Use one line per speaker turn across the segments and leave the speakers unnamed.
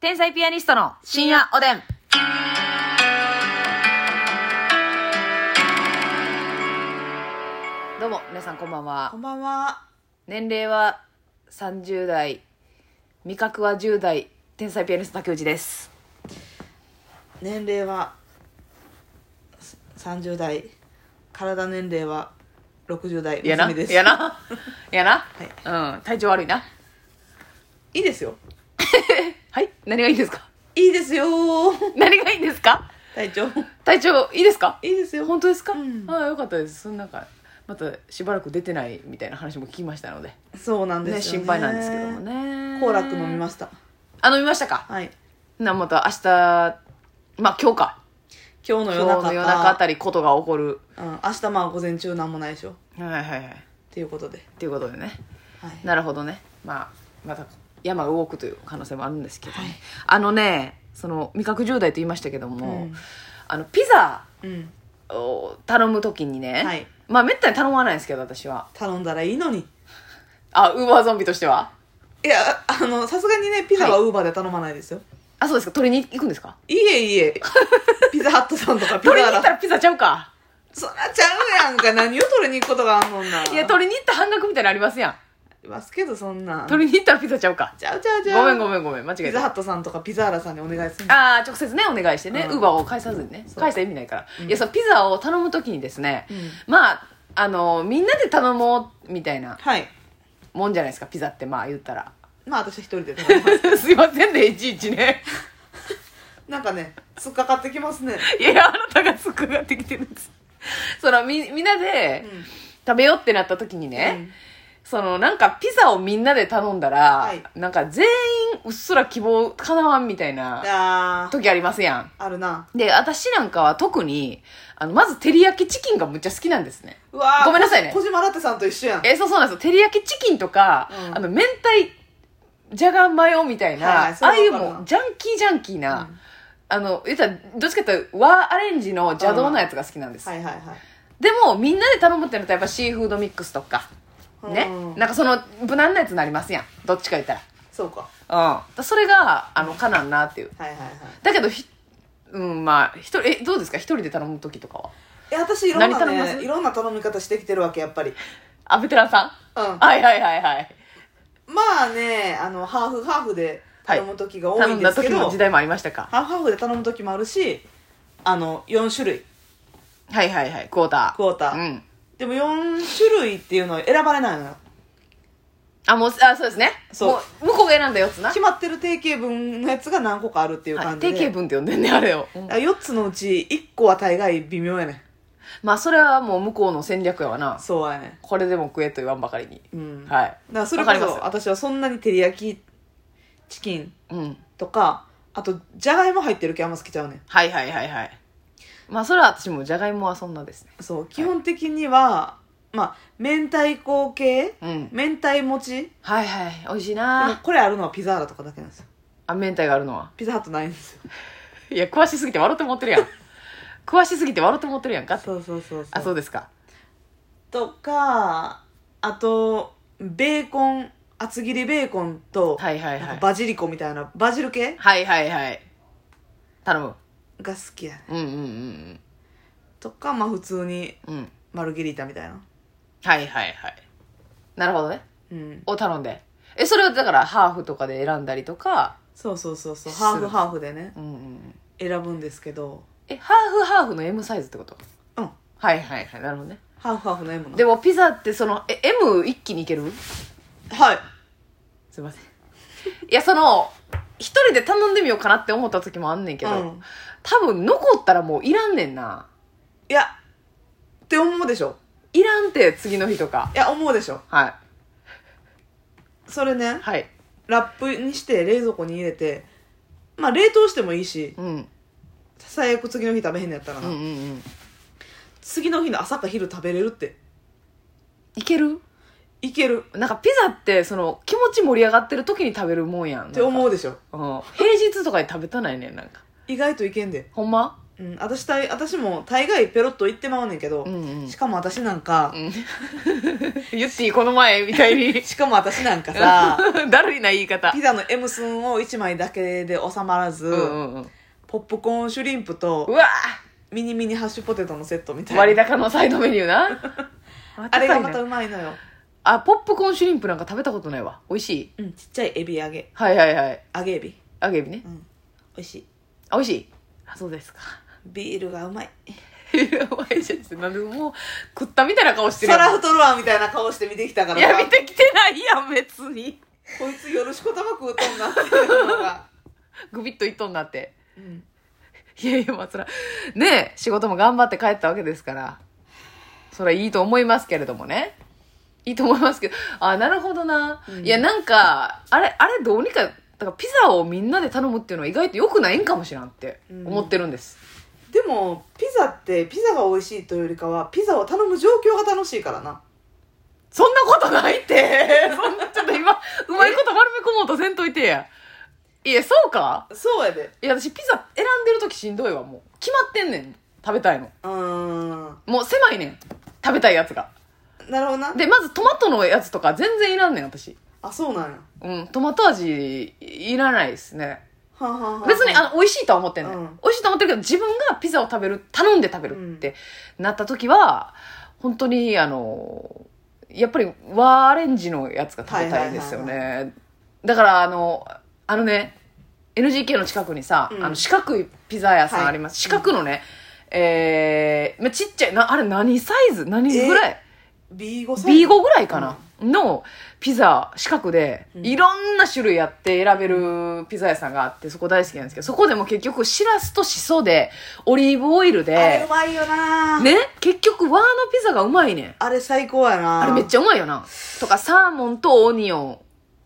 天才ピアニストの深夜おでん。どうも、皆さんこんばんは
こ。んばんは。
年齢は30代、味覚は10代、天才ピアニスト竹内です。
年齢は30代。体年齢は60代。
いやな、
娘です
いや。 な、いやな、うん、体調悪いな。
いいですよ。
はい、何がいいんですか
いいですよー。
何がいいんですか
体調。
体調いいですか
いいですよ。
本当ですか、
うん
ああ、よかったです。そのなんか、またしばらく出てないみたいな話も聞きましたので。
そうなんですよ
ね、心
ね。
配なんですけども。ね
コーラック飲みました。
あ飲みましたか
はい。
なまた明日まあ今日か
今日
今
の
日
夜中
の夜中あたりことが起こる
うん、明日まあ午前中なんもないでしょ。っ
はいはいはい
ていうことで。
ということでね
はい。
なるほどねまあまた山が動くという可能性もあるんですけどね、
はい
あのねその味覚重大と言いましたけども、
うん
あのピザ
うん。
を頼む時にね、
はい
まあめったに頼まないんですけど私は
頼んだらいいのに。
あウーバーゾンビとしてはい
や、あの、さすがにね、ピザはウーバーで頼まないですよ。
あそうですか取りに行くんですか
い、いえいえ。ピザハットさんとかピザ
取りに行
ラ
ったらピザちゃうか
そらちゃうやんか。何を取りに行くことがあんのんな。
いや取りに行った半額みたいなのありますやん
りますけど、そんなん。
取りに行ったらピザちゃうか
ちゃうちゃうちゃう。
ごめんご
ん。
めんごめん間違えた
ピザハットさんとかピザーラさんにお願いする
ああ直接ねお願いしてね
う
ウ
ん
ーバーを返さずにね
そう
返した意味ないから、
うん
いやそのピザを頼む時にですね、
う
まああのみんなで頼もうみたいな
はい。
もんじゃないですかピザってまあ言ったら
まあ私は一 人で頼みます。
すいませんねいちいちね
なんかね、突っかかってきますね。
いやあなたが作がってきてるんですそのみみんなで
うん
食べようってなった時にね、
うん
そのなんかピザをみんなで頼んだら、
はい
なんか全員うっすら希望かなわんみたいな
あー
時ありますやん
あるな。
で、私なんかは特に、あの、まず、照り焼きチキンがむっちゃ好きなんですね。
うわー
ごめんなさいね
小島ラテさんと一緒やん。
え、そうそうなんですよ。照り焼きチキンとか、
うん
あの、明太、じゃがマヨみたいな、
はいそ
あ
れ
あいう
わかる
も
な
う、ジャンキージャンキーな、
うん
あの、言ったら、どっちかっていうと、和アレンジの邪道なやつが好きなんです。
はいはいはい。
でも、みんなで頼むってなったら、やっぱシーフードミックスとか、ね。
うん
なんかその、無難なやつになりますやん。どっちか言った
そうか。
ら。うん。それが、あの、かなんなっていう。
はいはいはい。
だけど、ひうん、まあ、一人、え、どうですか一人で頼む時とかは。
え、私いろん
何
な
頼みます
ね、いろんな頼み方してきてるわけ、やっぱり。
あ、ベテランさん
うん。
はいはいはいはい。
まあね、あの、ハーフハーフで頼む時が多い
頼
ん
ん
で
だ
すけ
時
ど、
の時代もありましたか。
ハーフハーフで頼む時もあるし、あの、4種類、
はいはいはい、クォーター。
クォーター。
うん。
でも4種類っていうのは選ばれないのよ。
あ、もう、あ、そうですね。
そう
もう向こうが選んだ4つな。
決まってる定型文のやつが何個かあるっていう
はい
感じ
定
で。
型文って呼んでんね、あれを。うん
4つのうち1個は大概微妙やね
まあ、それはもう向こうの戦略やわな。
そうやね
これでも食えと言わんばかりに。
うん。だか
はい。
らそれ
わ
こ
かります
そ私はそんなに照り焼きチキン
うん。
とか、あと、じゃがいも入ってる系あんま好きちゃうねん。
はいはいはいはい。まあ、それは私もじゃがいもはそんなですね。
そう、基本的には、まあ、明太子系、
うん。
明太餅
はいはい。美味しい
でも
な
これあるのはピザーラとかだけなんですよ
あ、明太があるのは。
ピザハットないんですよ
いや、詳しすぎて笑って思ってるや ん。詳しすぎて笑って思ってるやんか。
そうそうそうそう
あ、そうですか。
とかあとベーコン厚切りベーコンと、
はいはいは
なんか
い。
バジリコみたいなバジル系
はいはいはい。頼む。
が好きやね
うんうんうん
とかまあ普通に
うんうん
マルゲリータみたいな
はいはいはいなるほどね
うん
を頼んでえそれをだからハーフとかで選んだりとか
そうそうそうそう
する
ハーフハーフでね
うんうんうん
選ぶんですけど
えハーフハーフの M サイズってこと
うん
はいはいはいなるほどね
ハーフハーフの M の
でもピザってそのえ M 一気にいける
はい
すいませんいやその一人で頼んでみようかなって思った時もあんねんけど、
うん
多分残ったらもういらんねんない
やって思うでしょ
いらんって次の日とか
いや思うでしょ
はい
それね
はい
ラップにして冷蔵庫に入れてまあ冷凍してもいいし
うん
最悪次の日食べへんのやったら
うんう
な、
んうん
次の日の朝か昼食べれるって
いける
いける
なんかピザってその気持ち盛り上がってる時に食べるもんやん
って思
う
うでしょ
ん平日とかに食べたないねんなんか
意外といけんで
ほんま
うん、私大私も大概ペロッと言ってまうねんけど、
うんうん
しかも私なんか、
ゆってぃこの前みたいに
しかも私なんかさ
だるいな言い方
ピザの M 寸を1枚だけで収まらず、
うんうんうん
ポップコーンシュリンプと
うわ
ミニミニハッシュポテトのセットみたいな
割高のサイドメニューな
あれがま
あ
たうまいのよ、
あポップコーンシュリンプなんか食べたことないわ美味しい
うん、ちっちゃいエビ揚げ
はいはいはい
揚げエビ
揚げエビね
うん美味しい
あ美味しいあそうですか
ビールがうまい
やばいじゃんってなんでもう食ったみたいな顔してる
サ
やん
ラフトルワンみたいな顔して見てきたから
いや見てきてないやん別に
こいつよろしこたま食うとんなっていうのが、
グビッといっとんなって
うん、
いやいやまあそらねえ仕事も頑張って帰ったわけですからそれはいいと思いますけれどもねいいと思いますけどあなるほどな、
うん
いやなんかあれあれどうにかだからピザをみんなで頼むっていうのは意外と良くないんかもしらんって思ってるんです、
でもピザってピザが美味しいというよりかはピザを頼む状況が楽しいからな
そんなことない って。そんな、ちょっと今、うまいこと丸め込もうとせんといてや。いや、そうか
そうやで
いや、私ピザ選んでる時しんどいわ、もう。決まってんねん。食べたいの。
うーん
もう狭いねん。食べたいやつが。
なるほどな
で、まずトマトのやつとか全然いらんねん、私。
あそうなんや
うん、トマト味いらないですね。
はあはあはあ
別に、あの、美味しいとは思ってんねん。
うん
美味しいと思ってるけど、自分がピザを食べる、頼んで食べるってなった時は、本当に、あの、やっぱり和アレンジのやつが食べたいんですよね。
は
だから、あの、あのね、NGK の近くにさ、
うん
あの四角いピザ屋さんあります。四角のね、えー、まあちっちゃい、な、あれ何サイズ何ぐらい、
B5 サイズ
B5 ぐらいかな、のピザ四角で、
うん
いろんな種類やって選べるピザ屋さんがあってそこ大好きなんですけどそこでも結局しらすとしそでオリーブオイル
あれ
で
う、まいよな、
ね結局和のピザがうまいねん
あれ最高やな
あれめっちゃうまいよなとかサーモンとオニオン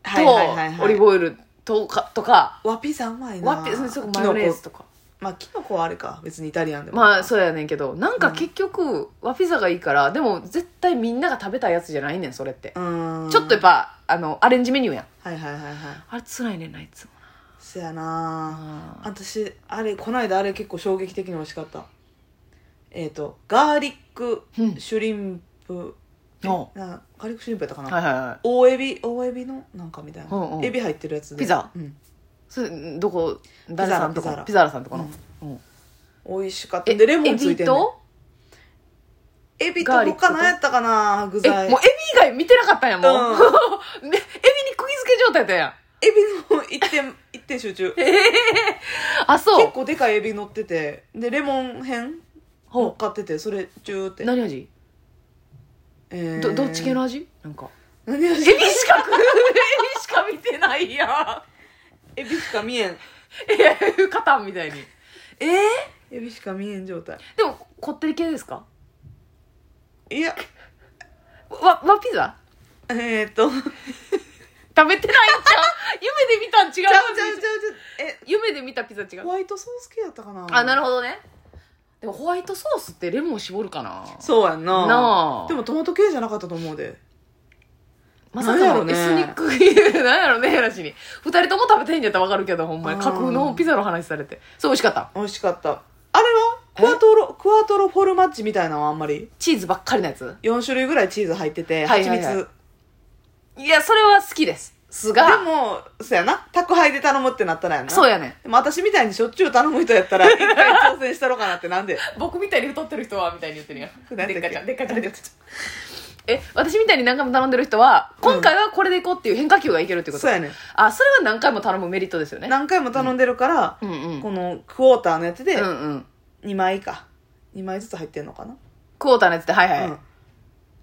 ゃ
とオリーブオイルとかとか
和ピザうまいな
ワッピそれこそマヨネーズとか
キノコまあキノコはあれか別にイタリアンでも
まあそうやねんけどなんか結局和ピザがいいからでも絶対みんなが食べたいやつじゃないねんそれって
うーん
ちょっとやっぱあのアレンジメニューやん
はいはいはいはい
あれ辛いねんないつも
そやな
あ
私あれこないだあれ結構衝撃的に美味しかったえっ、とガーリック
うん
シュリンプ、
ーお
なガーリックシュリンプやったかな、
はいはいはい
大エビ大エビのなんかみたいな、
うんうん
エビ入ってるやつで
ピザ
うん、
それどこ誰さんと
ピザー
か
ラ
ピザーラさんとかの、うん
美味しかったでレモンついて
エビ
んねん
と
エビと
ガーリックと
他何やったかな具
え
材
もうエビ以外見てなかったんやもう、
う
ねエビ
ん
に釘付け状態だやん
エビの一点 一点集中結
あそう
構でかいエビ乗っててでレモン編乗っ
ほ
かっててそれチューって
う何味、
えー
どどっち系の味なんか
何
エビ
味
しかエ ビしか見てないやん
エビしか見えん
えー、カタンみたいにえー、
エビしか見えん状態
でもこってり系ですか
いや
わわピザ
えー、っとちゃ
食
う
べてないんちゃう 夢で見たん違う
ちゃうちゃうちゃうえ
夢で見たピザ違う
ホワイトソース系やったかな
あなるほどねでもホワイトソースってレモン絞るかな
そうやんな
なあ
でもトマト系じゃなかったと思うで
まさ
なん
か
やろ
の
ね
エスニック なんやろね話に2人とも食べてんじゃったら分かるけどほんま
う
に
ん
架空のピザの話されてそう美味しかった
美味しかったあれはクワトロクワトロフォルマッチみたいなのはあんまり
チーズばっかりのやつ
4種類ぐらいチーズ入ってて
はい
蜂
はいはい
蜜
いやそれは好きですす
で
が
もそうやな宅配で頼むってなったらやな
そうやねん
でも私みたいにしょっちゅう頼む人やっ たら一回挑戦したろかなってなんで
僕みたいに太ってる人はみたいに言ってるやん
何だっけ
でっかちゃんえ私みたいに何回も頼んでる人は今回はこれでいこうっていう変化球がいけるってこと、
そうやね
あそれは何回も頼むメリットですよね
何回も頼んでるから、
うんうん
このクォーターのやつで
うんうん
2枚か2枚ずつ入ってんのかな、
クォーターのやつではいはい、
うん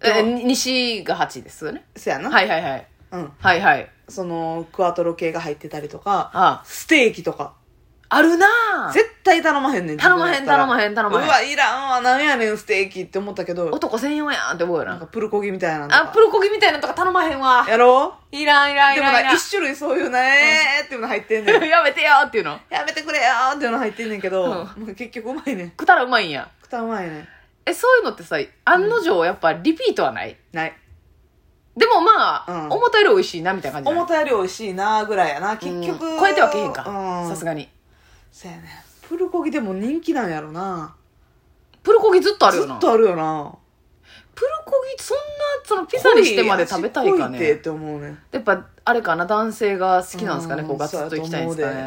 えに西が8ですよね
そやな、
はいはいはい
うん、
はいはい
そのクワトロ系が入ってたりとか
あ
ステーキとか
ああるなぁ
絶対頼まへんねん
頼まへん頼ま
ん
へん頼まへん
うわいらんわなんやねんステーキって思ったけど
男専用やんって思うよ
なん
な
かプルコギみたいなのとか
あプルコギみたいなのとか頼まへんわ
やろ
いらんいら
うん
い
でも
らんい
な
らん
一種類そういうなえーっていうの入ってんねん
やめてよっていうの
やめてくれよーっていうの入ってんねんけど、
うん
もう結局うまいねん
食ったらうまいんや
くたうまいねん
えそういうのってさ案の定やっぱリピートはない
ない
でもまあ、
うん
思ったより美味しいなみたいな感じ
思ったより美味しいなーぐらいやな結局、
うん超えてはけへんか
うん
さすがに
そうやねプルコギでも人気なんやろな
プルコギずっとある
ず
よな
っとあるよな
プルコギそんなそのピザにしてまで食べたいか
濃味濃てっ
ね
て思うね
やっぱあれかな男性が好きなんですかね
うん
こうガツッといきたいんです
そう
か
結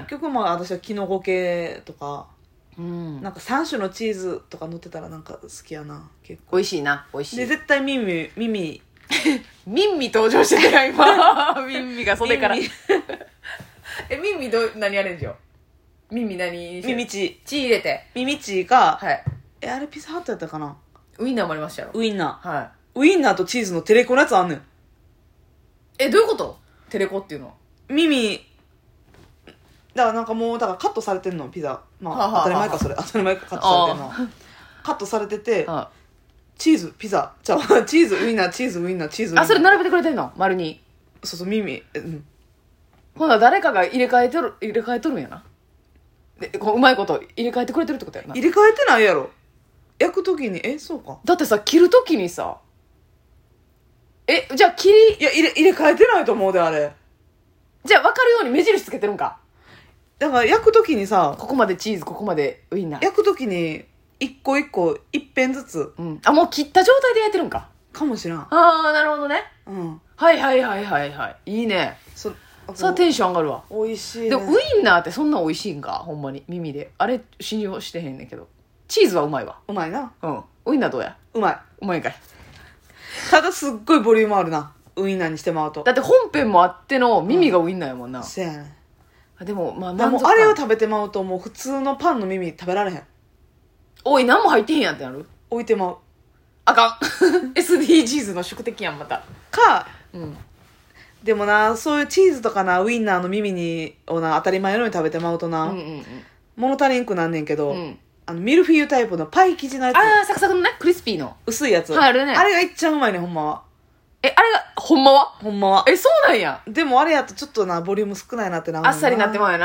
ね
局まあ私はキノコ系とか
うん
なんか3種のチーズとか乗ってたらなんか好きやな結構
美味しいな美味し
で
い
絶対耳耳
ミンミ登場してたよ今 ミンミが袖から
ミンミ
えミンミどう何アレンジよミンミ何
耳チ
血入れて
耳チか、
はい
えあれピザハットやったかな
ウインナーもありましたよ
ウインナ
は
ーウインナーとチーズのテレコのやつあんねん
いえどういうことテレコっていうのは
耳だからなんかもうだからカットされてんのピザま
はあは
あ
あ
当たり前かそれ当たり前かカットされてんのカットされてて
あ
チーズピザじゃあチーズウインナーチーズウインナーチーズウインナー
あそれ並べてくれてんの丸に
そうそう耳えうん
ほな誰かが入れ替えとる入れ替えとるんやなでこううまいこと入れ替えてくれてるってことやな
入れ替えてないやろ焼く時にえそうか
だってさ切るときにさえじゃあ切り
いや入れ入れ替えてないと思うであれ
じゃあ分かるように目印つけてるんか
だから焼く時にさ
ここまでチーズここまでウインナー
焼く時に一個一個一遍ずつ
うん、あもう切った状態で焼いてるんか
かもしらん
ああなるほどね
うん
はいはいはいはいはいいいね
そ
それはテンション上がるわ
美味しい、ね、
でもウインナーってそんな美味しいんかほんまに耳であれ信用してへんねんけどチーズはうまいわ
うまいな
うんウインナーどうや
うまいう
まいんかい
ただすっごいボリュームあるなウインナーにしてもらうと
だって本編もあっての耳がウインナーやもんな、
せやねん
あでもまあ
だから
満
も
足
うあれを
感
食べてまうともう普通のパンの耳食べられへん
おい何も入ってへんやんってなる
置いてまう
あかん SDGs の宿敵やんまた
か
うん
でもなそういうチーズとかなウインナーの耳にをな当たり前のように食べてまうとな、
うんうん
物足りんくなんねんけど、
うんうん
あのミルフィーユタイプのパイ生地のやつ
ああサクサクのねクリスピーの
薄いやつ、
はいあれね
あれがいっちゃうまいねんほんまは
えあれがほんまは
ほんまは
えそうなんや
でもあれやとちょっとなボリューム少ないなってなる
あっさりなって
ま
まうやな